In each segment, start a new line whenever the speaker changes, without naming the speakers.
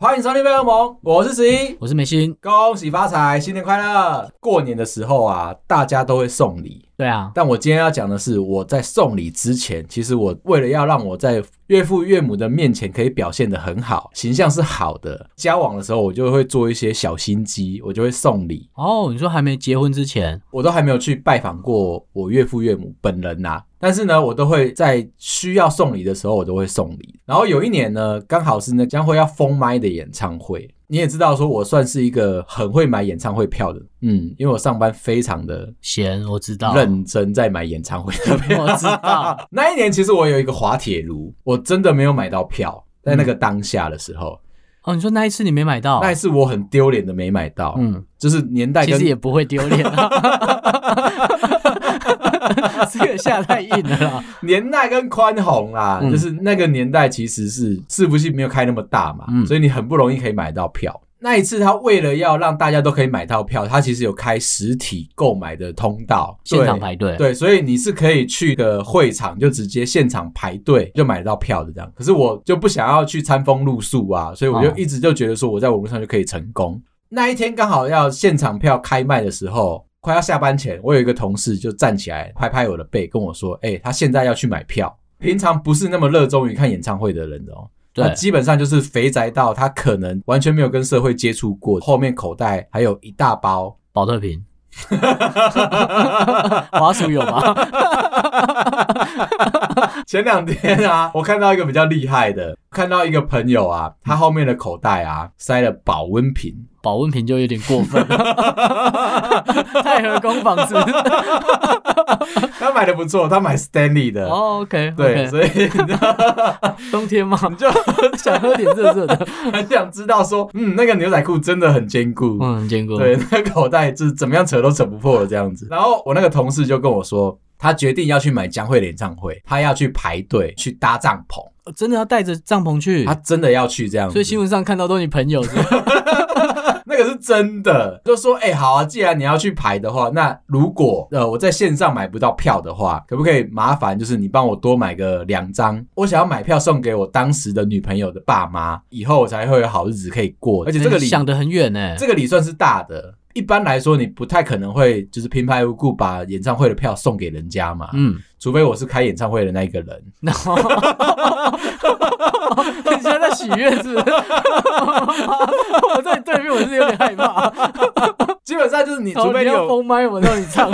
欢迎收听《贝尔蒙》，我是十一，
我是梅心。
恭喜发财，新年快乐！过年的时候啊，大家都会送礼，
对啊，
但我今天要讲的是，我在送礼之前，其实我为了要让我在岳父岳母的面前可以表现得很好，形象是好的，交往的时候我就会做一些小心机，我就会送礼。
哦，你说还没结婚之前，
我都还没有去拜访过我岳父岳母本人呐、但是呢，我都会在需要送礼的时候，我都会送礼。然后有一年呢，刚好是那将会要封麦的演唱会。你也知道，说我算是一个很会买演唱会票的，嗯，因为我上班非常的
闲我知道，
认真在买演唱会 的票。
我知 道
那一年其实我有一个滑铁卢，我真的没有买到票，在那个当下的时候，
哦，你说那一次你没买到，
那一次我很丢脸的没买到，
嗯，
就是年代
其
跟
实也不会丢 脸啊，这个下太硬了啦。
年代跟宽宏啦，
嗯
就是那个年代其实是伺服器没有开那么大嘛，
嗯
所以你很不容易可以买到票。那一次，他为了要让大家都可以买到票，他其实有开实体购买的通道，
现场
对
排队，
对，所以你是可以去个会场，就直接现场排队就买得到票的这样。可是我就不想要去餐风露宿啊，所以我就
哦
一直就觉得说我在网络上就可以成功。那一天刚好要现场票开卖的时候，快要下班前，我有一个同事就站起来拍拍我的背，跟我说：“哎、他现在要去买票。”平常不是那么热衷于看演唱会的人哦，他
嗯对，
基本上就是肥宅到他可能完全没有跟社会接触过，后面口袋还有一大包
保 特瓶。华叔有吗？
前两天 啊，我看到一个比较厉害的，看到一个朋友啊，他后面的口袋啊塞了保温瓶，
保温瓶就有点过 分了，太和工坊是不是？
他买的不错，他买 Stanley 的，
哦，OK，
对
OK，
所以 你知道
冬天嘛，就 想喝点热 热的。
很想知道说，嗯，那个牛仔裤真的很坚固，
嗯，见过。
对，那个口袋就是怎么样扯都扯不破的这样子。然后我那个同事就跟我说，他决定要去买江蕙的演唱会，他要去排队去搭帐篷，
真的要带着帐篷去
他，真的要去这样子。
所以新闻上看到都是你朋友是吧
那个是真的，就说哎、好啊，既然你要去排的话，那如果呃我在线上买不到票的话，可不可以麻烦就是你帮我多买个两张？我想要买票送给我当时的女朋友的爸妈，以后我才会有好日子可以过。而且这个
你
礼，
想得很远呢。
这个礼算是大的。一般来说，你不太可能会就是平白无故把演唱会的票送给人家嘛，
嗯，
除非我是开演唱会的那一个人。
然后你现在在喜悦是不是？ 我在你对面，我是有点 害怕。
基本上就是你，
然后
除非
哦你
你
要
有
封麦，我让你 唱。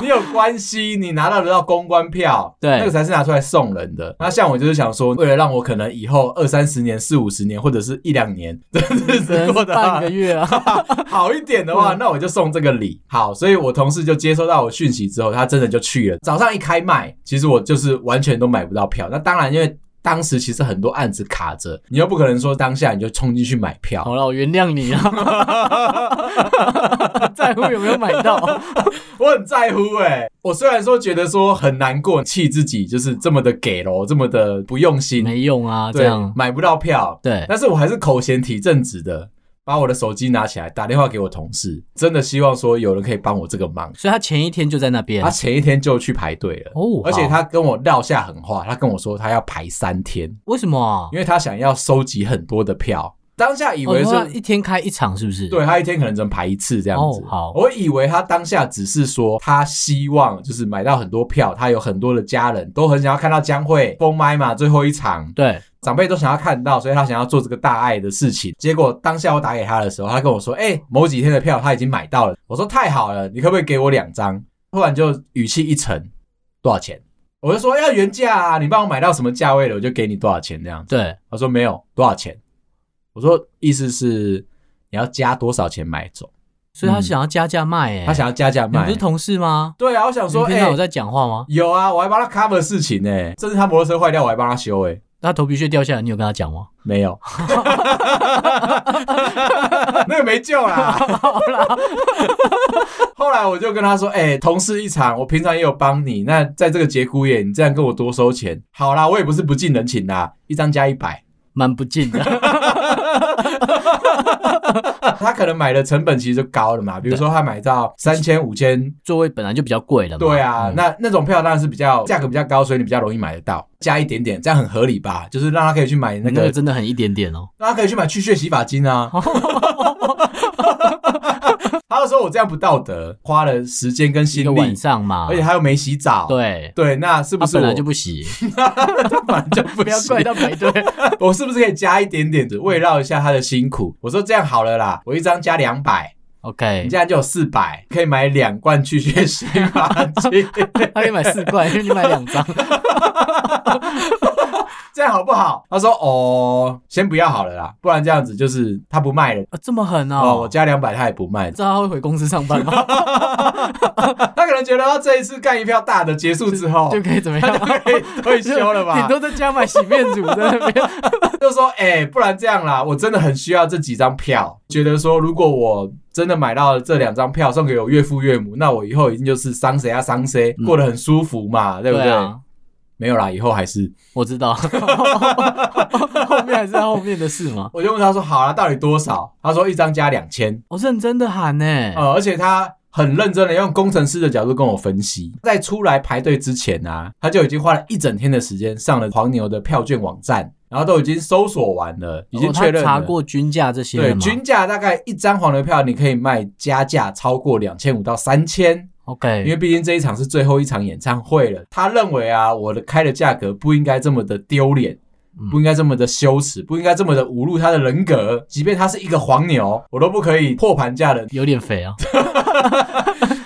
你有关系，你拿到得到公关票，
对
那个才是拿出来送人的。那像我就是想说，为了让我可能以后二三十年、四五十年，或者是一两年 的日
只能
子
是
过得
半
好
个月嗯啊。
好一点的话，那我就送这个礼。好，所以我同事就接收到我讯息之后，他真的就去了。早上一开卖，其实我就是完全都买不到票。那当然，因为当时其实很多案子卡着，你又不可能说当下你就冲进去买票。
好了，我原谅你了。 在乎有没有买 到？
我很在乎哎、我虽然说觉得说很难过，气自己就是这么的给咯，这么的不用心，
没用啊，
对
这样。
买不到票，
对，
但是我还是口嫌体正直的，把我的手机拿起来打电话给我同事，真的希望说有人可以帮我这个忙。
所以他前一天就在那边
他。前一天就去排队了。
哦，
而且
好
他跟我撂下狠话，他跟我说他要排三天，
为什么啊？
因为他想要收集很多的票。当下以
哦
为
你
说
说他一天开一场是不是？
对他一天可能只能排一次这样子。
哦好
我以为他当下只是说他希望就是买到很多票，他有很多的家人都很想要看到江蕙封麦嘛，最后一场
对，
长辈都想要看到，所以他想要做这个大爱的事情。结果当下我打给他的时候，他跟我说：“哎、某几天的票他已经买到了。”我说：“太好了，你可不可以给我两张？”突然就语气一沉：“多少钱？”我就说：“要原价啊，你帮我买到什么价位了，我就给你多少钱这样子。”
对，
他说没有多少钱。我说意思是你要加多少钱买走？
所以他
嗯
想要加价卖、欸，
他想要加价
你们
卖
不是。同事吗？
对啊，我想
你
说，
们平常
哎、
有在讲话吗？
有啊，我还帮他 cover 事情呢、甚至他摩托车坏掉，我还帮他修哎、
他头皮屑掉下来，你有跟他讲吗？
没 有，那个没救啦。后来我就跟他说：“哎、同事一场，我平常也有帮你。那在这个节骨眼，你这样跟我多收钱，好啦，我也不是不近人情啦，一张加一百。
蛮不近 的。
他可能买的成本其实就高了嘛，比如说他买到三千、五千，
座位本来就比较贵了嘛。
对啊，
嗯
那那种票当然是比较价格比较高，所以你比较容易买得到，加一点点，这样很合理吧？就是让他可以去买那
那
个
个，真的很一点点哦。
让他可以去买去屑洗发精啊。 他就说我这样不道德，花了时间跟
一
心
个晚
力，
上嘛，
而且他又没洗澡。
对，
对，那是不
他
是
本
我
来就不洗，
本来 就不
不要
行
怪他排队。
我是不是可以加一点点，慰劳一下他的辛苦？我说这样好了啦，我一张加两百，
OK，
你这样就有四百，可以买两罐去屑洗发精，
他可以买四 罐，因为你买两张。
这样好不好？他说哦，先不要好了啦，不然这样子就是他不卖了。
啊这么狠啊！
哦，我哦
我
加两百他也不卖，
知道他会回公司上班吗？
他可能觉得他这一次干一票大的结束之后，
就可以怎么
他
样
就？ 可以退休了吧
顶？多在家买洗面乳在那边。
就说哎、不然这样啦，我真的很需要这几张票，觉得说如果我真的买到了这两张票送给我岳父岳母，那我以后一定就是伤谁啊伤谁，
嗯
过得很舒服嘛， 对不对？
啊，
没有啦，以后还是
我知 道。后面还是后面的事嘛。
我就问他说好啦，到底多少？他说一张加两千，
我哦认真的喊呢，
呃，而且他。很认真的用工程师的角度跟我分析，在出来排队之前啊，他就已经花了一整天的时间上了黄牛的票券网站，然后都已经搜索完了，已经
哦他
确认了、
查过均价这些
对
了，吗
均价大概一张黄牛票，你可以卖加价超过两千五到三千，因
？OK，
为毕竟这一场是最后一场演唱会了。他认为啊，我的开的价格不应该这么的丢脸
嗯，
不应该这么的羞耻，不应该这么的侮辱他的人格。即便他是一个黄牛，我都不可以破盘价的，
有点肥啊。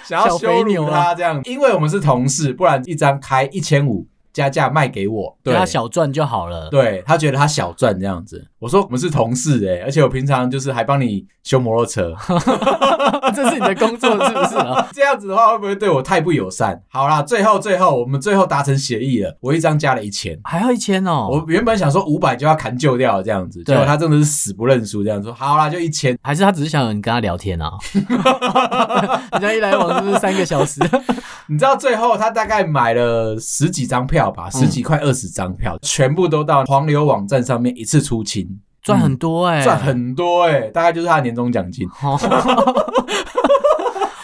想要
小
羞
肥牛
辱
啊
他这样。因为我们是同事，不然一张开一千五加价卖给我，
给他小赚就好了。
对他觉得他小赚这样子。我说我们是同事哎、而且我平常就是还帮你修摩托车。 啊
这是你的工作是不是啊？
这样子的话，会不会对我太不友善？好啦，最后最后，我们最后达成协议了，我一张加了一千。
还要一千哦
我，原本想说五百就要砍旧掉了这样子，
对
结果他真的是死不认输，这样说好啦，就一千。
还是他只是想你跟他聊天 啊？人家一来往是不是三个小 时？
你知道最后他大概买了十几张票吧，十
嗯
几块二十张票，全部都到黄牛网站上面一次出清，
赚很多哎、
赚很多哎、大概就是他的年终奖金。
好，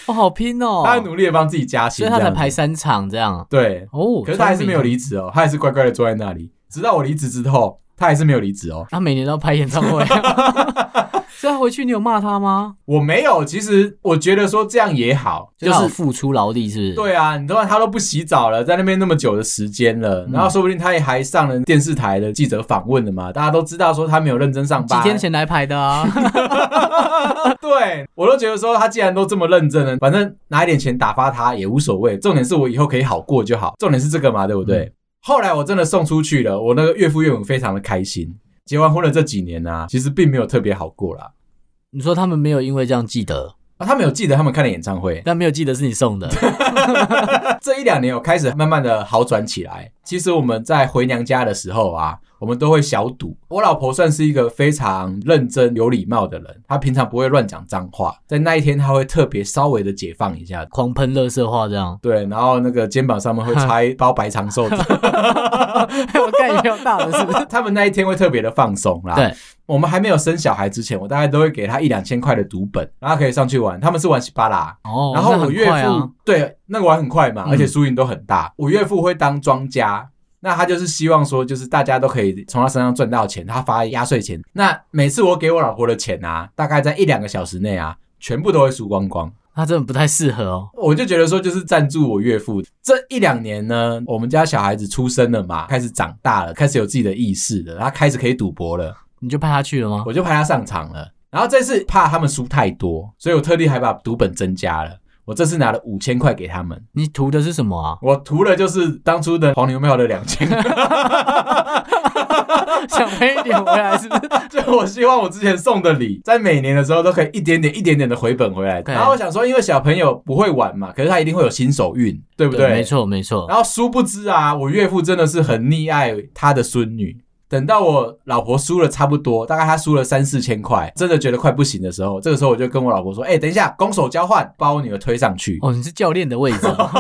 我好拼 哦，
他很努力的帮自己加薪，
所以他
这
才
样子
排三场这样
对，
哦。
可是他还是没有
聪明，
离职哦，他还是乖乖的坐在那里，直到我离职之后，他还是没有离职哦。
他每年都要拍演 唱会。所以他回去你有骂他吗？
我没有，其实我觉得说这样也好，就
他有
是
付出劳力是不是？，
对啊，你知道他都不洗澡了，在那边那么久的时间了，
嗯
然后说不定他也还上了电视台的记者访问了嘛，大家都知道说他没有认真上班。
几天前来排的啊。
对我都觉得说他既然都这么认真了，反正拿一点钱打发他也无所谓，重点是我以后可以好过就好，重点是这个嘛，对不对？后来我真的送出去了，我那个岳父岳母非常的开心。结完婚了这几年呢、其实并没有特别好过啦。
你说他们没有因为这样记得，
啊，他们有记得他们看了演唱会，
但没有记得是你 送的。
这一两年有开始慢慢的好转起来。其实我们在回娘家的时候啊，我们都会小赌。我老婆算是一个非常认真、有礼貌的人，她平常不会乱讲脏话，在那一天她会特别稍微的解放一下。，
狂喷乐色话这样
对，然后那个肩膀上面 会插一包白长寿，
我干也要大了是不是？
他们那一天会特别的放松啦。
对，
我们还没有生小孩之前，我大概都会给她一两千块的赌本，然后她可以上去玩。他们是玩西巴拉，
哦，
然后
那很
我岳父、
快啊
对那个玩很快嘛，
嗯
而且输赢都很大。我岳父会当庄家，那他就是希望说，就是大家都可以从他身上赚到钱，他发压岁钱。那每次我给我老婆的钱啊，大概在一两个小时内啊，全部都会输光光。
他真的不太适合哦。
我就觉得说，就是赞助我岳父这一两年呢，我们家小孩子出生了嘛，开始长大了，开始有自己的意识了，他开始可以赌博了。
你就派他去了吗？
我就派他上场了。然后这次怕他们输太多，所以我特地还把赌本增加了。我这次拿了五千块给他们，？
你图的是什么啊
我涂了就是当初的黄牛庙的两千，
想飞一点回来 是不是？
就我希望我之前送的礼，在每年的时候都可以一点点一点点的回本回来。
对
然后我想说，因为小朋友不会玩嘛，可是他一定会有新手运，对不对？
没。错没错。
然后殊不知啊，我岳父真的是很溺爱他的孙女。等到我老婆输了差不多，大概她输了三四千块，真的觉得快不行的时候，这个时候我就跟我老婆说：“哎、等一下，拱手交换，把我女儿推上去。
哦，你是教练的位置哦、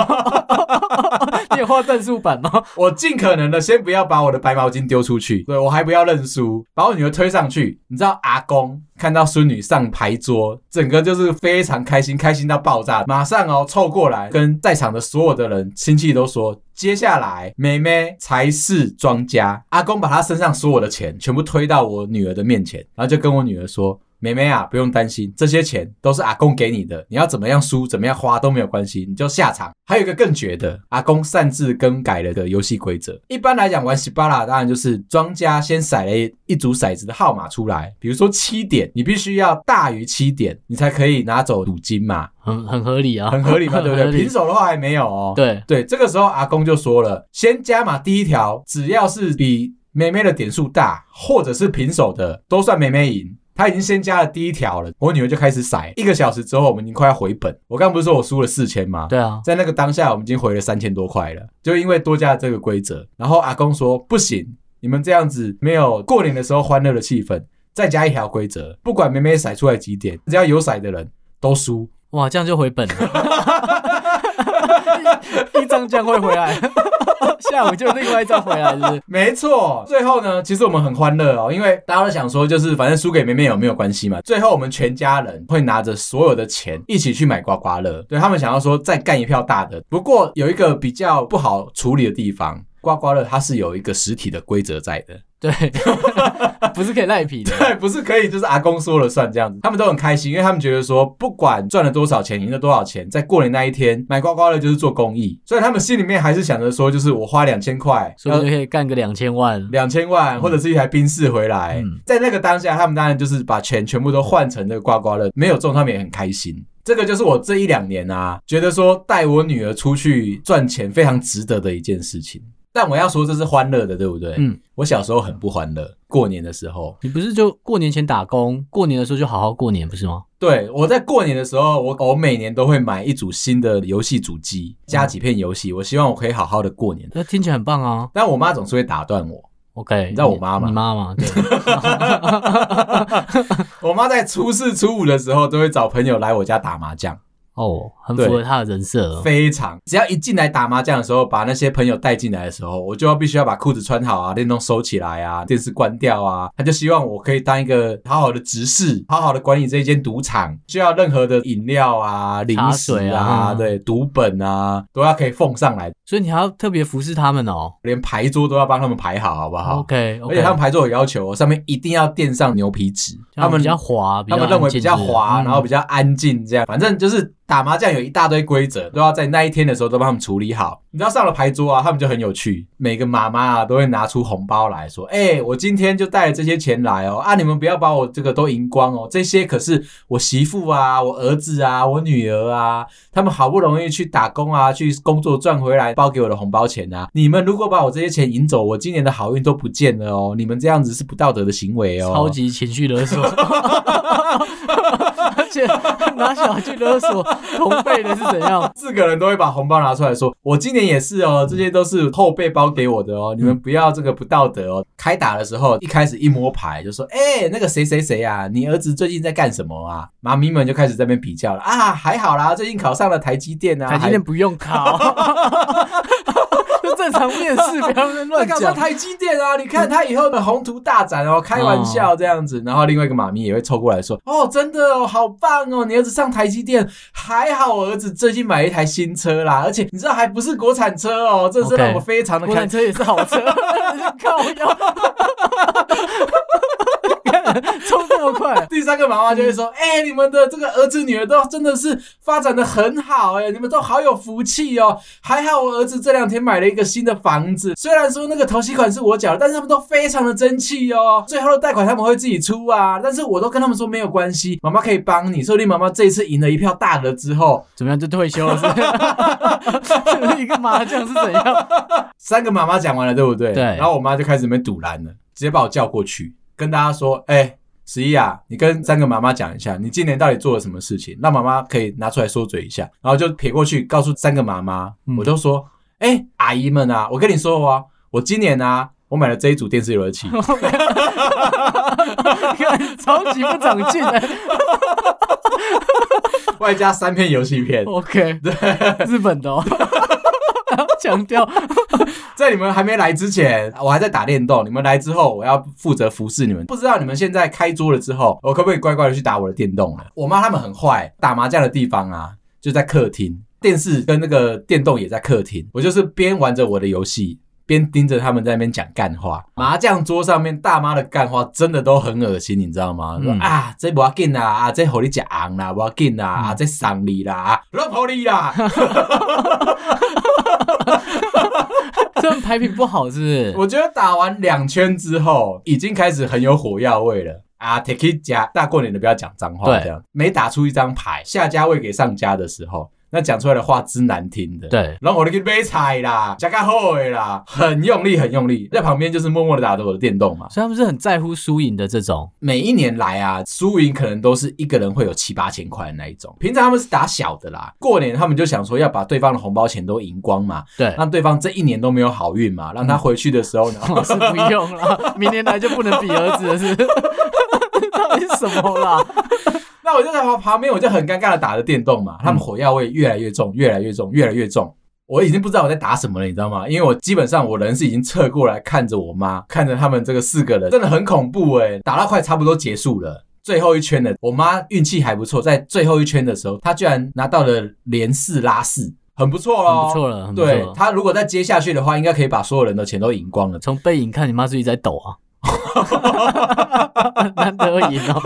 你有画战术版吗？
我尽可能的先不要把我的白毛巾丢出去，对我还不要认输，把我女儿推上去。你知道阿公看到孙女上牌桌，整个就是非常开心，开心到爆炸，马上哦凑过来跟在场的所有的人亲戚都说。接下来，妹妹才是庄家。阿公把他身上所有的钱全部推到我女儿的面前，然后就跟我女儿说：“妹妹啊，不用担心，这些钱都是阿公给你的，你要怎么样输、怎么样花都没有关系，你就下场。”还有一个更绝的，阿公擅自更改了的游戏规则。一般来讲，玩西巴拉当然就是庄家先骰了一一组骰子的号码出来，比如说七点，你必须要大于七点，你才可以拿走赌金嘛，
很很合理啊，
很合理嘛，对不
很
对？
合理
平手的话还没有哦。
对，
对，这个时候阿公就说了，先加码第一条，只要是比妹妹的点数大或者是平手的，都算妹妹赢。他已经先加了第一条了，我女儿就开始甩。一个小时之后，我们已经快要回本。我刚不是说我输了四千吗？
对啊，
在那个当下，我们已经回了三千多块了，就因为多加了这个规则。然后阿公说不行，你们这样子没有过年的时候欢乐的气氛，再加一条规则，不管妹妹甩出来几点，只要有甩的人都输。
哇，这样就回本了。 一一张这样会回来， 下午就另外一张回来，是不是？
没错，最后呢，其实我们很欢乐哦，因为大家都想说，就是反正输给梅梅有没有关系嘛。最后我们全家人会拿着所有的钱一起去买刮刮乐，对他们想要说再干一票大的。不过有一个比较不好处理的地方，刮刮乐它是有一个实体的规则在的，
对， 不是可以赖皮的。
对，不是可以就是阿公说了算这样子，他们都很开心，因为他们觉得说不管赚了多少钱，赢了多少钱，在过年那一天买刮刮乐就是做公益，所以他们心里面还是想着说，就是我花两千块，
所以就可以干个两千万。
两千万或者是一台宾士回来，
嗯
在那个当下，他们当然就是把钱全部都换成那个刮刮乐，没有中他们也很开心。这个就是我这一两年啊，觉得说带我女儿出去赚钱非常值得的一件事情。但我要说这是欢乐的，对不对？
嗯，
我小时候很不欢乐，过年的时候，
你不是就过年前打工，过年的时候就好好过年，不是吗？
对我在过年的时候，我我每年都会买一组新的游戏主机，加几片游戏，我希望我可以好好的过年。
那听起来很棒啊。
但我妈总是会打断我，
OK，你
知道我妈吗
你妈妈 对，
我妈在初四、初五的时候都会找朋友来我家打麻将。
哦，很符
对
合她的人设。哦
非常，只要一进来打麻将的时候，把那些朋友带进来的时候，我就要必须要把裤子穿好啊，电动收起来啊，电视关掉啊。他就希望我可以当一个好好的执事，好好的管理这一间赌场，需要任何的饮料啊、零
茶
食
水
啊、
啊嗯
对，赌本啊，都要可以奉上来，
所以你还要特别服侍他们哦。
连牌桌都要帮他们排好，好不好
OK，
而且他们牌桌有要求哦，上面一定要垫上牛皮纸，他们
比较滑，比较
他们认为比较滑，
安静
然后比较安静，这样反正就是打麻将有一大堆规则，都要在那一天的时候都帮他们处理好。你知道上了牌桌啊，他们就很有趣，每个妈妈啊都会拿出红包来说：“哎、我今天就带了这些钱来哦，啊，你们不要把我这个都赢光哦，这些可是我媳妇啊、我儿子啊、我女儿啊，他们好不容易去打工啊，去工作赚回来包给我的红包钱啊，你们如果把我这些钱赢走，我今年的好运都不见了哦，你们这样子是不道德的行为哦，
超级情绪 勒索，而且拿小孩去勒索同辈的是 怎样？
四个人都会把红包拿出来说：“我今年也是
嗯
哦，这些都是后辈包给我的哦，你们不要这个不道德哦。”开打的时候，一开始一摸牌就说：“哎、那个谁谁谁啊，你儿子最近在干什么啊？”妈咪们就开始在那边比较了啊，还好啦，最近考上了台积电啊，
台积电不用考， 就正常面试，不要在那边
还。
乱
他考上
讲。
台积电啊！你看他以后的宏图大展哦，开玩笑这样子。然后另外一个妈咪也会凑过来说：“
嗯
哦，真的哦，好棒哦！你儿子上台积电，还好我儿子最近买了一台新车啦，而且你知道还不是国产车哦，这是
OK
让我非常的
国
开
产车也是好 车，你是靠腰，冲这么 快，
第三个妈妈就会说：“哎、你们的这个儿子女儿都真的是发展的很好哎、你们都好有福气哦。还好我儿子这两天买了一个新的房子，虽然说那个头期款是我缴的，但是他们都非常的争气哦。最后的贷款他们会自己出啊，但是我都跟他们说没有关系，妈妈可以帮你。说不定妈妈这一次赢了一票大的之后，
怎么样就退休了？是不是 一个麻将是怎样？
三个妈妈讲完了，对不对？
对
然后我妈就开始在那边堵拦了，直接把我叫过去，跟大家说：“哎、十一啊，你跟三个妈妈讲一下，你今年到底做了什么事情，让妈妈可以拿出来说嘴一下。”然后就撇过去告诉三个妈妈，
嗯
我就说：“哎、阿姨们啊，我跟你说啊，我今年啊，我买了这一组电视游乐 器，
超级不长进的。
外加三片游戏片。
OK，日本的哦。强调，
在你们还没来之前，我还在打电动；你们来之后，我要负责服侍你们。不知道你们现在开桌了之后，我可不可以乖乖的去打我的电动了？我妈他们很坏，打麻将的地方啊，就在客厅，电视跟那个电动也在客厅。我就是边玩着我的游戏，边盯着他们在那边讲干话。麻将桌上面大妈的干话真的都很恶心，你知道吗？说
嗯
啊，这不要紧啦，啊，这给你吃红啦，不要紧啦，啊，这送你啦，啊，落魄你啦。
这样牌品不好是不是？
我觉得打完两圈之后，已经开始很有火药味了。啊，take it 加大过年的不要讲脏话，
对
这样每打出一张牌，下家位给上家的时候，那讲出来的话之难听的。，
对，
然后我就去买菜啦，加个后的啦，很用力，很用力，在旁边就是默默的打着我的电动嘛。
所以他们是很在乎输赢的这种。
每一年来啊，输赢可能都是一个人会有七八千块的那一种。平常他们是打小的啦，过年他们就想说要把对方的红包钱都赢光嘛，
对，
让对方这一年都没有好运嘛，让他回去的 时候呢，
我是不用 了，明年来就不能比儿子了，是不 是？到底是什么啦？
那我就在旁旁边，我就很尴尬的打着电动
嗯
嘛，他们火药味越来越重，越来越重，越来越重。我已经不知道我在打什么了，你知道吗？因为我基本上我人是已经侧过来看着我妈，看着他们这个四个人，真的很恐怖诶、打到快差不多结束了，最后一圈了。我妈运气还不错，在最后一圈的时候，她居然拿到了连四拉四，很不错哦，
很不错了，很不
对
错。
她如果再接下去的话，应该可以把所有人的钱都赢光了。
从背影看，你妈是一直在抖啊， 难得赢哦。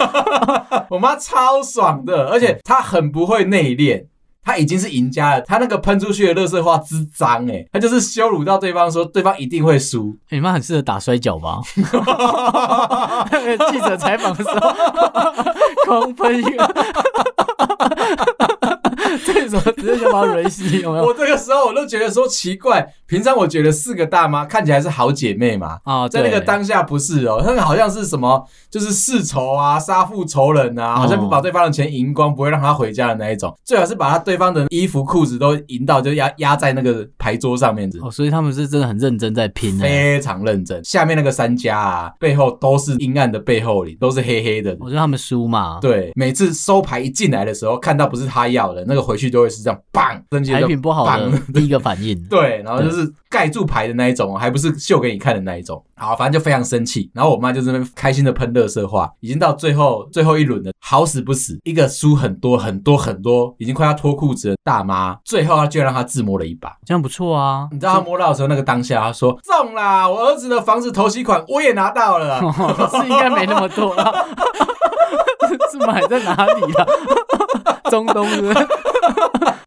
我妈超爽的，而且她很不会内敛，她已经是赢家了。她那个喷出去的垃圾话之脏哎，她就是羞辱到对方，说对方一定会输。
你妈很适合打摔跤吧？ 记者采访的时候， 狂喷一个， 这种直接就把人吸，有没有？
我这个时候我都觉得说奇怪，平常我觉得四个大妈看起来是好姐妹嘛。
啊，
在那个
对
当下不是哦，那个好像是什么，就是世仇啊、杀父仇人啊，好像不把对方的钱赢光，不会让他回家的那一种，最好是把他对方的衣服、裤子都赢到，就压压在那个牌桌上面。
哦，所以他们是真的很认真在拼呢。
非常认真。下面那个三家啊，背后都是阴暗的背后里，都是黑黑的。
我觉得他们输嘛，
对，每次收牌一进来的时候，看到不是他要的那个，回去就会是这样，棒，生气
牌
就
品不好的
棒
第一个反应。
对，然后就是盖住牌的那一种哦，还不是秀给你看的那一种。好，反正就非常生气。然后我妈就在那边开心的喷乐色话，已经到最后最后一轮了，好死不死，一个输很多很多很多，已经快要脱裤子的大妈，最后她居然让她自摸了一把。
这样不错啊，
你知道她摸到的时候，那个当下她说中啦，我儿子的房子头期款我也拿到了。啊
哦是应该没那么多啦， 是买在哪里啊？ 中东是不是？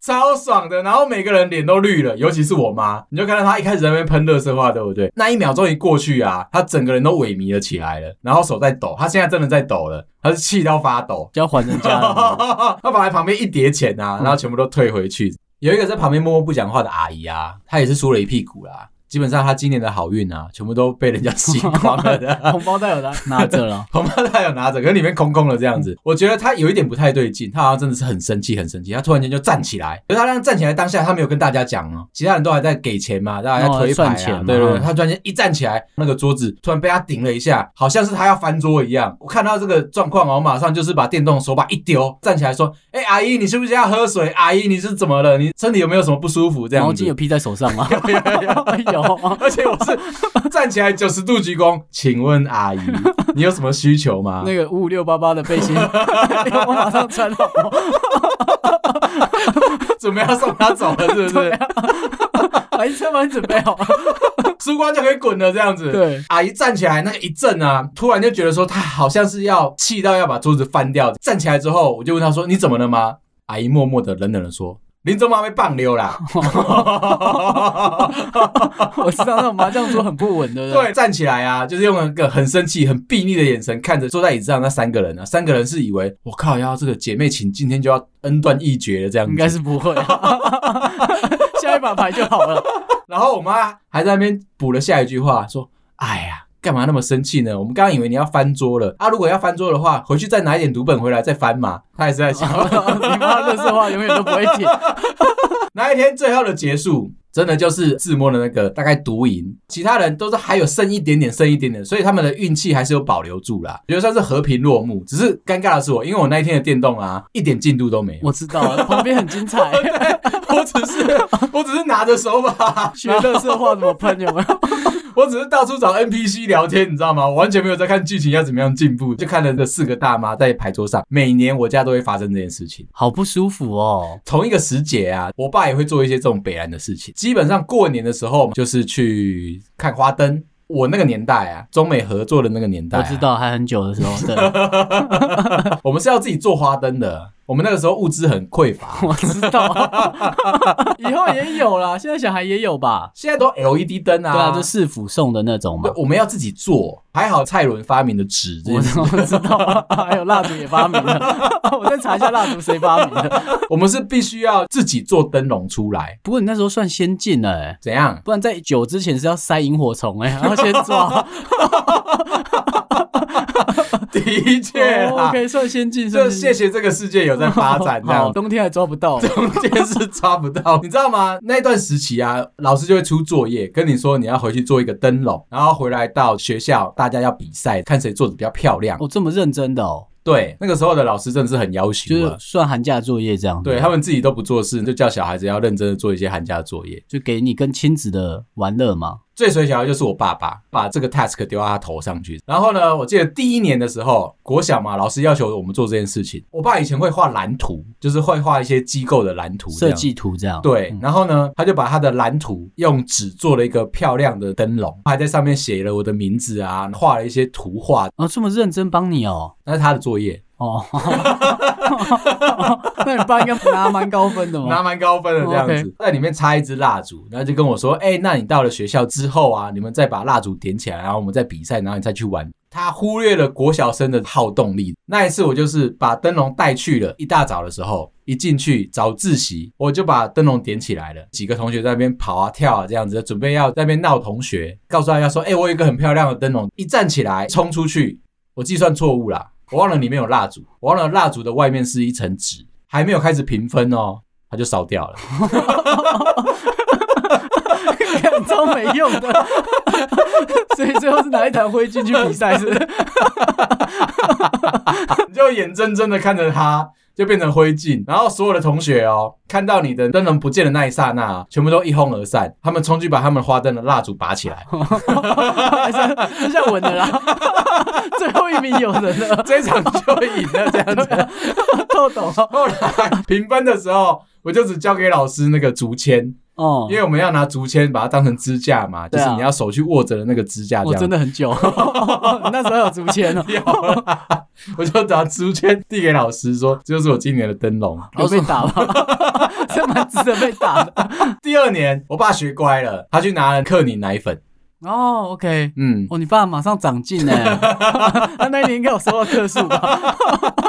超爽的，然后每个人脸都绿了，尤其是我妈，你就看到她一开始在那边喷热色话，对不对？那一秒钟一过去啊，她整个人都萎靡了起来了，然后手在抖，她现在真的在抖了，她是气到发抖，
就要还人家了嘛。
她本来旁边一叠钱啊，然后全部都退回去。有一个在旁边默默不讲话的阿姨啊，她也是输了一屁股啦，基本上她今年的好运啊，全部都被人家吸光了的。
红包袋有拿拿着 了，
红包袋有拿着，可是里面空空的这样
嗯
子。我觉得他有一点不太对劲，他好像真的是很生气，很生气。他突然间就站起来，可是他那站起来当下，他没有跟大家讲哦，其他人都还在给钱嘛，大家在
哦
推牌啊，
算钱嘛
对对对。
嗯
他突然间一站起来，那个桌子突然被他顶了一下，好像是他要翻桌一样。我看到这个状况哦，我马上就是把电动手把一丢，站起来说：“哎、阿姨，你是不是要喝水？阿姨，你是怎么了？你身体有没有什么不舒服？”这
毛
样
巾
子
有。披在手上吗？
有有有
有，
而且我是站起来九十度鞠躬，请问阿姨，你有什么需求吗？
那个五五六八八的背 心，哎我马上穿好。
准备要送他走了，是不
对
是？
啊，还是蛮准备好了。
输光就可以滚了，这样子。。
对，
阿姨站起来那个一震啊，突然就觉得说她好像是要气到要把桌子翻掉。站起来之后，我就问她说：“你怎么了吗？”阿姨默默的冷冷的说：“林总妈被棒溜啦。
我知道那种麻将桌很不稳，对”不对？
对，站起来啊，就是用一个很生气、很鄙睨的眼神看着坐在椅子上那三个人啊。三个人是以为我靠，要这个姐妹情今天就要恩断义绝了这样子。
应该是不会、 下一把牌就好了。
然后我妈还在那边补了下一句话，说：“哎呀，干嘛那么生气呢？我们刚刚以为你要翻桌了啊！如果要翻桌的话，回去再拿一点读本回来再翻嘛。”她也是在想，
你妈乐色话永远都不会停。
那一天最后的结束，真的就是自摸的那个大概独赢，其他人都是还有剩一点点，剩一点点，所以他们的运气还是有保留住啦，觉得算是和平落幕。只 是尴尬的是我，因为我那一天的电动啊，一点进度都没有。
我知道，旁边很精彩。
我只是我只是拿着手把，
学乐色话怎么喷有没有？
我只是到处找 NPC 聊天，你知道吗？我完全没有在看剧情要怎么样进步，就看了这四个大妈在牌桌上。每年我家都会发生这件事情。
好不舒服哦。
同一个时节啊，我爸也会做一些这种北兰的事情。基本上过年的时候就是去看花灯。我那个年代啊，中美合作的那个年代、啊
我知，道还很久的时候，对，
我们是要自己做花灯的。我们那个时候物资很匮乏，
我知 道，以后也有啦，现在小孩也有吧？
现在都 LED 灯啊，
对啊，就市府送的那种嘛
对。我们要自己做。还好蔡伦发明的纸这件
我
事，
我知道， 还有蜡烛也发明了。 我再查一下蜡烛谁发明的。
我们是必须要自己做灯笼出来。
不过你那时候算先进了、欸，
怎样？
不然在酒之前是要塞萤火虫哎、欸，然后先 抓。
的确
哦
啦，
，OK，算先进，
就
算
谢
先进
谢
哦
这个世界有在发展这
好，
样。
冬天还抓不到，
中间是抓不到，你知道吗？ 那段时期啊，老师就会出作业，跟你说你要回去做一个灯笼，然后回来到学校，大家要比赛，看谁做的比较漂亮。
哦，这么认真的哦，
对，那个时候的老师真的是很要
就
求
是
啊，
算寒假作业这样。
对他们自己都不做事，就叫小孩子要认真的做一些寒假作业。
就给你跟亲子的玩乐嘛。
最水小的就是我爸爸，把这个 task 丢到他头上去。然后呢，我记得第一年的时候，国小嘛，老师要求我们做这件事情。我爸以前会画蓝图，就是会画一些机构的蓝图这
设
样，
计图这样。
对
嗯，
然后呢，他就把他的蓝图用纸做了一个漂亮的灯笼，还在上面写了我的名字啊，画了一些图画，
哦，这么认真帮你哦。
那是他的作业，
哦，那你爸应该拿蛮高分的
拿
嘛。
蛮高分的这样子
OK
在里面插一支蜡烛，然后就跟我说，哎、那你到了学校之后啊，你们再把蜡烛点起来，然后我们再比赛，然后你再去玩。他忽略了国小生的好动力。那一次我就是把灯笼带去了，一大早的时候一进去早自习，我就把灯笼点起来了。几个同学在那边跑啊跳啊这样子，准备要在那边闹同学，告诉大家说，哎、我有一个很漂亮的灯笼。一站起来冲出去，我计算错误啦，我忘了里面有蜡烛，我忘了蜡烛的外面是一层纸，还没有开始评分哦，它就烧掉了。
看超没用 的，所以最后是拿一坛灰烬去比赛，是不是？
你就眼睁睁的看着它就变成灰烬，然后所有的同学哦，看到你的灯笼不见的那一刹那啊，全部都一哄而散，他们冲去把他们花灯的蜡烛拔起 来。
这下稳了啦， 最后一名有人了，
这一场就赢了，这样
啊
子。
豆豆
后来评分的时候，我就只交给老师那个竹签，
哦
因为我们要拿竹签把它当成支架嘛，就
对啊
是你要手去握着的那个支架这
我
样
真。的很久， 你那时候有竹签哦，
掉了 我就把竹签递给老师说，这就是我今年的灯笼。
有被打吧？这蛮值得被打的。
第二年，我爸学乖了，他去拿了克宁奶粉，
哦，OK，
嗯，
哦，你爸马上长进呢，他 那一年应该有收到特数吧？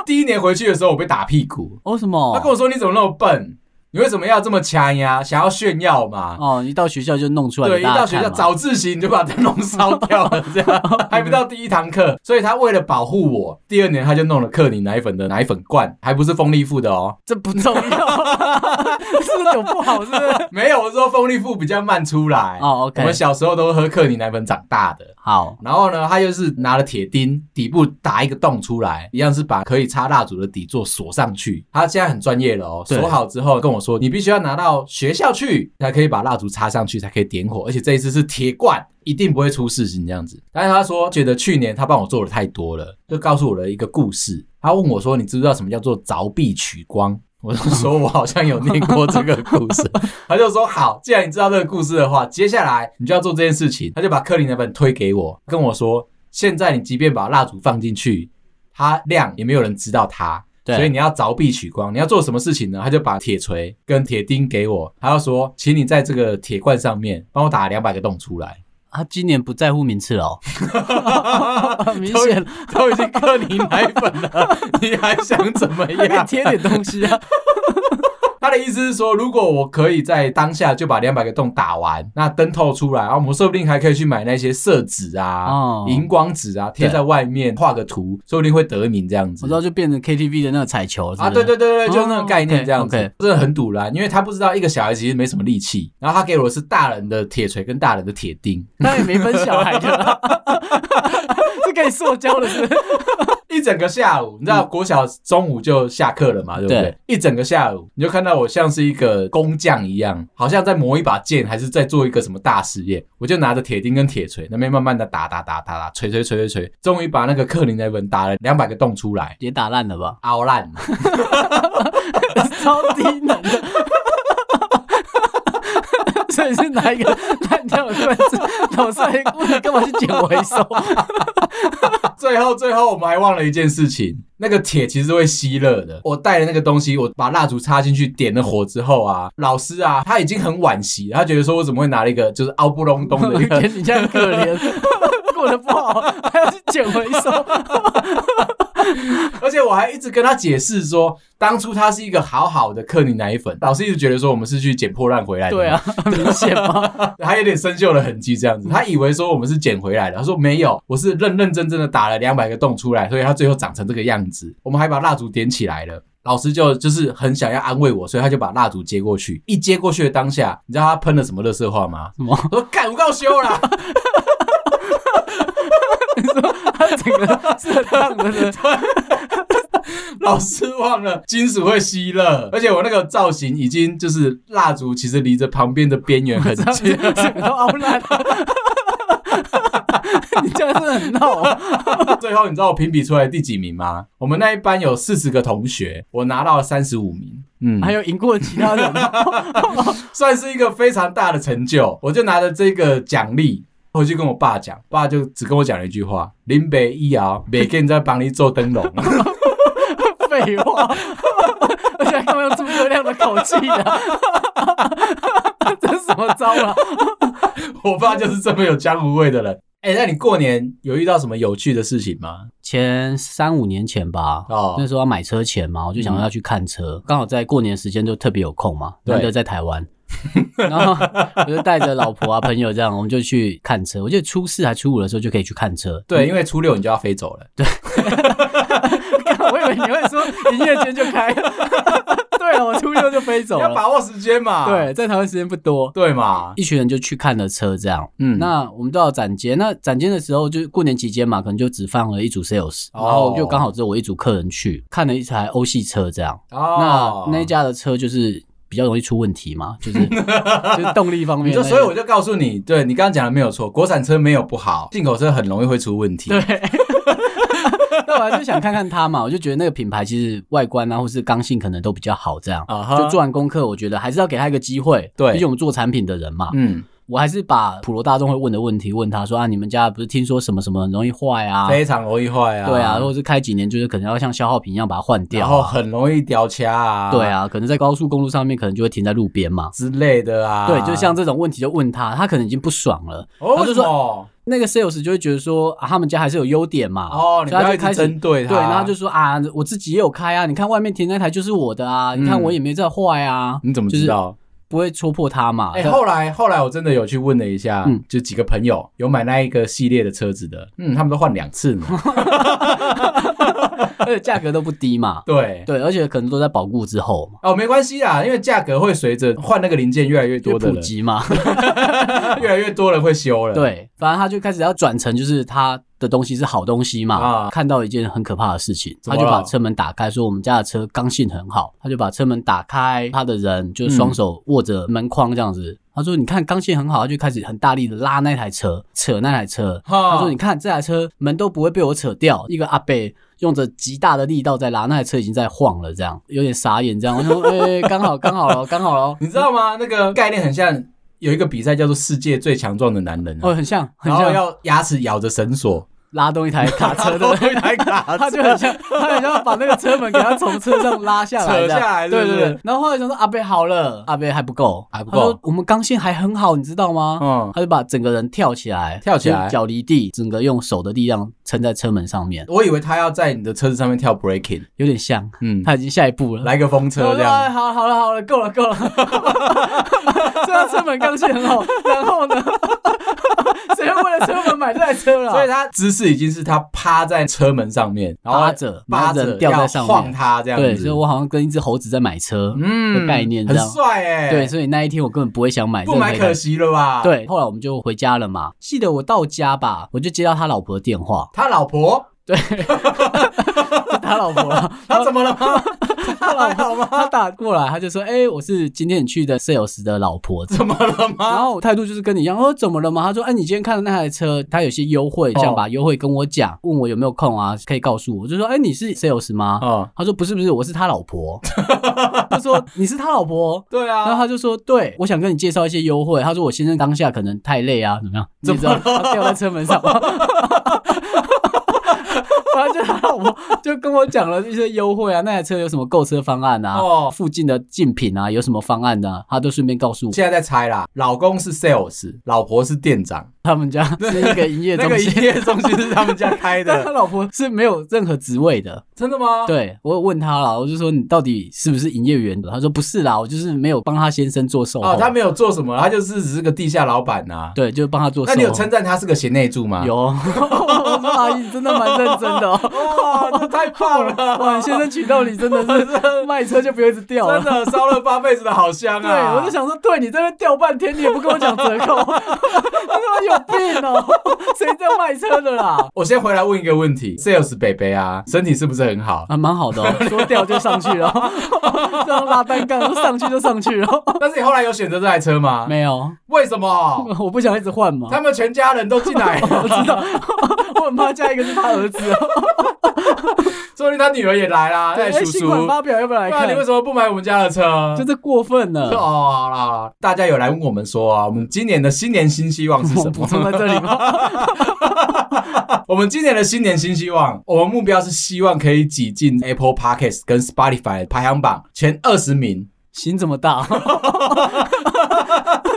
第一年回去的时候，我被打屁股。
哦，什
他跟
么？
我说：“你怎么那么笨？你为什么要这么掐呀？想要炫耀嘛？”
哦，一到学校就弄出来
对，
给
一
大
到
家
学校
看嘛，
早自习你就把灯笼烧掉了，这 样还不到第一堂课，所以他为了保护我，第二年他就弄了克宁奶粉的奶粉罐，还不是风力富的哦，
这不重要， 是不是有不好？是不是？
没有，我是说风力富比较慢出来。
哦
我
，OK，
们小时候都喝克宁奶粉长大的。
好，
然后呢，他就是拿了铁钉，底部打一个洞出来，一样是把可以插蜡烛的底座锁上去。他现在很专业了哦，
对
锁好之后跟我说，你必须要拿到学校去，才可以把蜡烛插上去，才可以点火。而且这一次是铁罐，一定不会出事情这样子。但是他说，觉得去年他帮我做的太多了，就告诉我了一个故事。他问我说，你知不知道什么叫做凿壁取光？我就说，我好像有念过这个故事。他就说好，既然你知道这个故事的话，接下来你就要做这件事情。他就把克林那本推给我，跟我说，现在你即便把蜡烛放进去，它亮也没有人知道它，
对
所以你要凿壁取光。你要做什么事情呢？他就把铁锤跟铁钉给我，他要说，请你在这个铁罐上面帮我打两百个洞出来。
他啊今年不在乎名次了哦，啊明显了
都已经克林奶粉了，你还想怎么
还可以
样？
贴点东西啊。
他的意思是说，如果我可以在当下就把两百个洞打完，那灯透出来，啊然后我们说不定还可以去买那些色纸啊
哦、
荧、光纸啊，贴在外面画个图，说不定会得名这样子
我知。道就变成 KTV 的那个彩球
啊，对，
是
对对对，
哦
就是那种概念
OK，
这样子
OK
真的很堵然，因为他不知道一个小孩其实没什么力气，然后他给我的是大人的铁锤跟大人的铁钉，
不是那也没分小孩的啦，是可以塑胶的，是不是？
一整个下午，你知道国小中午就下课了嘛，对不对？
对
一整个下午，你就看到我像是一个工匠一样，好像在磨一把剑，还是在做一个什么大实验。我就拿着铁钉跟铁锤，那边慢慢的打打打打打，锤锤锤锤锤，终于把那个克林雷文打了两百个洞出来，？
也打烂了吧
凹烂。
超低能的。 所以是拿一个烂掉的棍子，老师还问你干嘛去捡回 收？
最后，最后我们还忘了一件事情，那个铁其实会吸热的。我带的那个东西，我把蜡烛插进去，点了火之后啊，老师啊，他已经很惋惜了，他觉得说我怎么会拿了一个就是凹不隆咚的一个
给你这样可怜， 过得不好还要去捡回 收，
而且我还一直跟他解释说，当初他是一个好好的克林奶粉，老师一直觉得说我们是去捡破烂回来的，
对 啊，，明显吗？
还有点生锈的痕迹这样子，他以为说我们是捡回来的，他说没有，我是认认真真的打了两百个洞出来，所以它最后长成这个样子。我们还把蜡烛点起来了。老师就就是很想要安慰我，所以他就把蜡烛接过去。一接过去的当下，你知道他喷了什么乐色话吗？
什 么？
我说干，我告修啊啦！
他整个是很烫的，是不是
老师忘了金属会吸热，而且我那个造型已经就是蜡烛，其实离着旁边的边缘很
这样
近
子。整个都凹烂了。 你这样是很闹啊、
最后你知道我评比出来第几名吗？我们那一班有四十个同学，我拿到了三十五名。嗯，
还有赢过其他人吗？
算是一个非常大的成就。我就拿着这个奖励回去跟我爸讲，爸就只跟我讲了一句话：林北一爻，每个人在帮你做灯笼。
废话， 而且还干嘛用诸葛亮的口气啊？ 这是什么招啊？
我爸就是这么有江湖味的人。哎、那你过年有遇到什么有趣的事情吗？
前三五年前吧，
哦嗯
那时候要买车前嘛，我就想要去看车，刚、好在过年时间就特别有空嘛，
对
难得在 台湾，然后我就带着老婆啊朋友这样，我们就去看车。我记得初四还初五的时候就可以去看车。
对，因为初六你就要飞走了。
我以为你会说营业间就开， 对啊，我初六就飞走
你要
了。
把握时间嘛。
对，在台湾时间不多，
对嘛，
一群人就去看了车这样。
嗯
那我们都要展间，那展间的时候就是过年期间嘛，可能就只放了一组 sales，、
哦
然后就刚好只有我一组客人去看了一台欧系车这样。
哦，
那那一家的车就是比较容易出问题嘛，就是 就是动力方
你
面
就
那些，
所以我就告诉你，对你刚刚讲的没有错，国产车没有不好，进口车很容易会出问题。
对。那我还啊就想看看它嘛，我就觉得那个品牌其实外观啊，或是刚性可能都比较好，这样、
啊哈
就做完功课，我觉得还是要给他一个机会。
对
毕竟我们做产品的人嘛，
嗯，
我还是把普罗大众会问的问题问他说啊，你们家不是听说什么什么很容易坏啊？
非常容易坏啊。
对啊，或者是开几年就是可能要像消耗品一样把它换掉
然后
啊、
很容易掉卡啊，
对啊，可能在高速公路上面可能就会停在路边嘛。
之类的啊。
对，就像这种问题就问他，他可能已经不爽了，
哦，
他
为什
就说
么？
那个 sales 就会觉得说啊，他们家还是有优点嘛。
哦，你
所
不要
以他
一
就开
直
始
针。对他，
对，然后他就说啊，我自己也有开啊，你看外面停那台就是我的啊，你看
嗯
我也没在坏啊，
你怎么知道？
不会戳破他嘛。
哎，
对
后来后来我真的有去问了一下
嗯，
就几个朋友有买那一个系列的车子的，嗯，他们都换两次呢。
而且价格都不低嘛。
对，
对，而且可能都在保固之后嘛，
哦，没关系啦，因为价格会随着换那个零件越来越
就
多的
普
人，
及嘛。
越来越多人会修了。，
对，反正他就开始要转成就是他的东西是好东西嘛。
啊
看到一件很可怕的事情，
怎
他
么
就把
了
车门打开，说我们家的车刚性很好，他就把车门打开，他的人就双
嗯
手握着门框这样子。他说：“你看刚性很好。”他就开始很大力的拉那台车，扯那台车。
哈
他说：“你看这台车门都不会被我扯掉。”一个阿伯用着极大的力道在拉，那台车已经在晃了，这样有点傻眼。这样我说：“哎、刚好，刚好了，刚好了。
你知道吗？那个概念很像有一个比赛叫做“世界最强壮的男人”，”啊
哦，很像，很
然后
像
要牙齿咬着绳 索，
拉动一台卡车 的
一台卡
他就很 哦像，他很像把那个车门给他从车上拉下来的，
扯下来
对对
是不是
对。然后后来想说阿贝好了，阿贝还不够，
还不
他说
够
我们刚性还很好，你知道吗？
嗯
他就把整个人跳起来，
跳起来
就是脚离地，整个用手的力量撑在车门上面，
我以为他要在你的车子上面跳 breaking，
有点像。
嗯，
他已经下一步了，
来个风车这
哎
样。
好，好了，好了，够了，够 了。这辆车门刚性很好，然后呢？ 谁会为了车门买这台车了？
所以他姿势已经是他趴在车门上面，然后
趴着
扒
然后
着
人掉在
要
上面
晃他这样
对，
子。
所以我好像跟一只猴子在买车，
嗯
的概念这
很
样
帅哎、
对，，所以那一天我根本不会想买
不
任何
买
一台
可惜了吧？，
对，后来我们就回家了嘛。记得我到家吧，我就接到他老婆的电话，
他老婆
对，就打老婆了。
他怎么了 吗？
他老
还
婆
好吗？
他打过来，他就说：“哎、我是今天你去的 sales 的老 婆。”
怎么了
然
吗？
后我态度就是跟你一样，哦，怎么了吗？他说，哎、你今天看的那台车，它有些优惠，
哦
想把优惠跟我讲，问我有没有空啊，可以告诉我。我就说，哎、你是 sales 吗？
哦，
他说不是不是，我是他老婆。 他说你是他老婆，
对
然后
啊，
他就说对，我想跟你介绍一些优惠。他说我先生当下可能太累啊，怎么样？你也知道他掉在车门上。 然后就他老婆就跟我讲了一些优惠啊，那台车有什么购车方案啊，
哦
附近的竞品啊有什么方案的、啊，他都顺便告诉我。
现在在猜啦，老公是 sales，老婆是店长，
他们家是一个营业
那
中
个营
心，
业中心是他们家开
但他
的，
老婆是没有任何职位的。
真的吗？，
对我有问他了，我就说你到底是不是营业员的？他说不是啦，我就是没有帮他先生做售后。
哦，他没有做什么，他就是只是个地下老板呐。
对，就是帮他做售后。
那你有称赞他是个贤内助吗？
有， 我说阿姨你真的蛮认真 的哦。
哇，这太棒 了！
哇，你先生娶到你真的 是卖车就不用一直掉
真
了。
的烧了八辈子的好香
对，
啊！
我就，想说，对你这边掉半天，你也不跟我讲折 扣，你他妈有病哦！谁在卖车的啦？
我先回来问一个问题：Sales 北北啊，身体是不是很 好？
啊，蛮好的、哦，说掉就上去了，这样拉单杠说上去就上去了。
但是你后来有选择这台车吗？
没有，
为什 么？
我不想一直换嘛。
他们全家人都进来了，
我很怕加一个是他儿子 哦。
说不定他女儿也来啦，
对
哎，
哎
叔
新
叔，
款发表要不要来
对啊，
看
你？为什么不买我们家的车？
就是过分了。
哦，好啦好啦，大家有来问我们说啊，我们今年的新年新希望是
我
什
们补
么？
充在这里吗？
我们今年的新年新希望，我们目标是希望可以挤进 Apple Podcast 跟 Spotify 排行榜前二十名，
心这么大，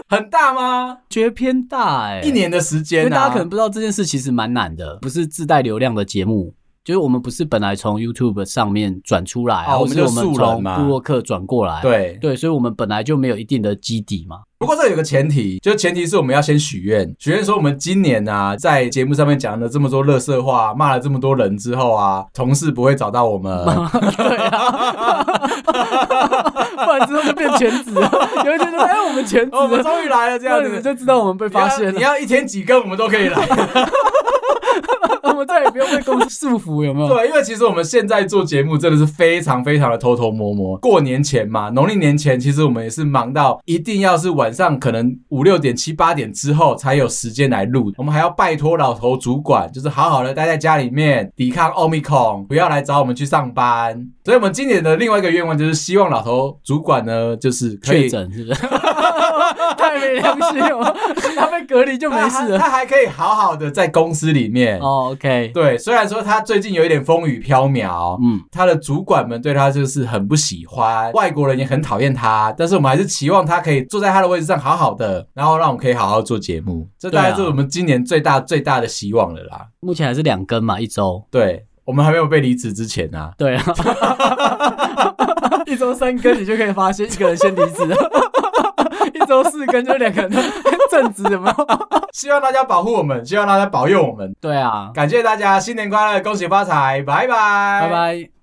很大 吗？
觉得偏大哎、
一，年的时
因
间、啊，
为大家可能不知道这件事其实蛮难的，不是自带流量的节目。就是我们不是本来从 YouTube 上面转出来，
啊
或
我们
是
就
我们
素人
从
嘛
布洛克转过来，啊
对。
对，所以我们本来就没有一定的基底 嘛。
不过这有个前提，就前提是我们要先许愿，许愿说我们今年啊，在节目上面讲了这么多乐色话，骂了这么多人之后啊，同事不会找到我 们。
对啊，不然之后就变全职 了。有一天就说哎，我们全职
哦，我们
了，
终于来了，这
这
样
样你们
子。
就知 道我们被发现
你要
了。
你要一天几更，我们都可以来。
我们再也不用被公司束缚，有没有？
对，因为其实我们现在做节目真的是非常非常的偷偷摸摸。过年前嘛，农历年前，其实我们也是忙到一定要是晚上可能五六点、七八点之后才有时间来录。我们还要拜托老头主管，就是好好的待在家里面，抵抗奥密克戎，不要来找我们去上班。所以我们今年的另外一个愿望就是希望老头主管呢，就是可
确
以。
诊是 不是？太没良心哦了，他被隔离就没
他
事
还
了。
他还可以好好的在公司里面。
哦，OK，
对，虽然说他最近有一点风雨飘渺，
嗯，
他的主管们对他就是很不喜欢，外国人也很讨厌他，但是我们还是期望他可以坐在他的位置上好好的，然后让我们可以好好做节目，这大概是
对啊
我们今年最大最大的希望了啦。
目前还是两根嘛，一周。
对我们还没有被离职之前啊，
对啊， 一周三根，你就可以发现一个人先离 职了。一周四根就两个人正职，有没有？
希望大家保护我们，希望大家保佑我们，
对啊，
感谢大家，新年快乐，恭喜发财，拜拜，
拜。拜。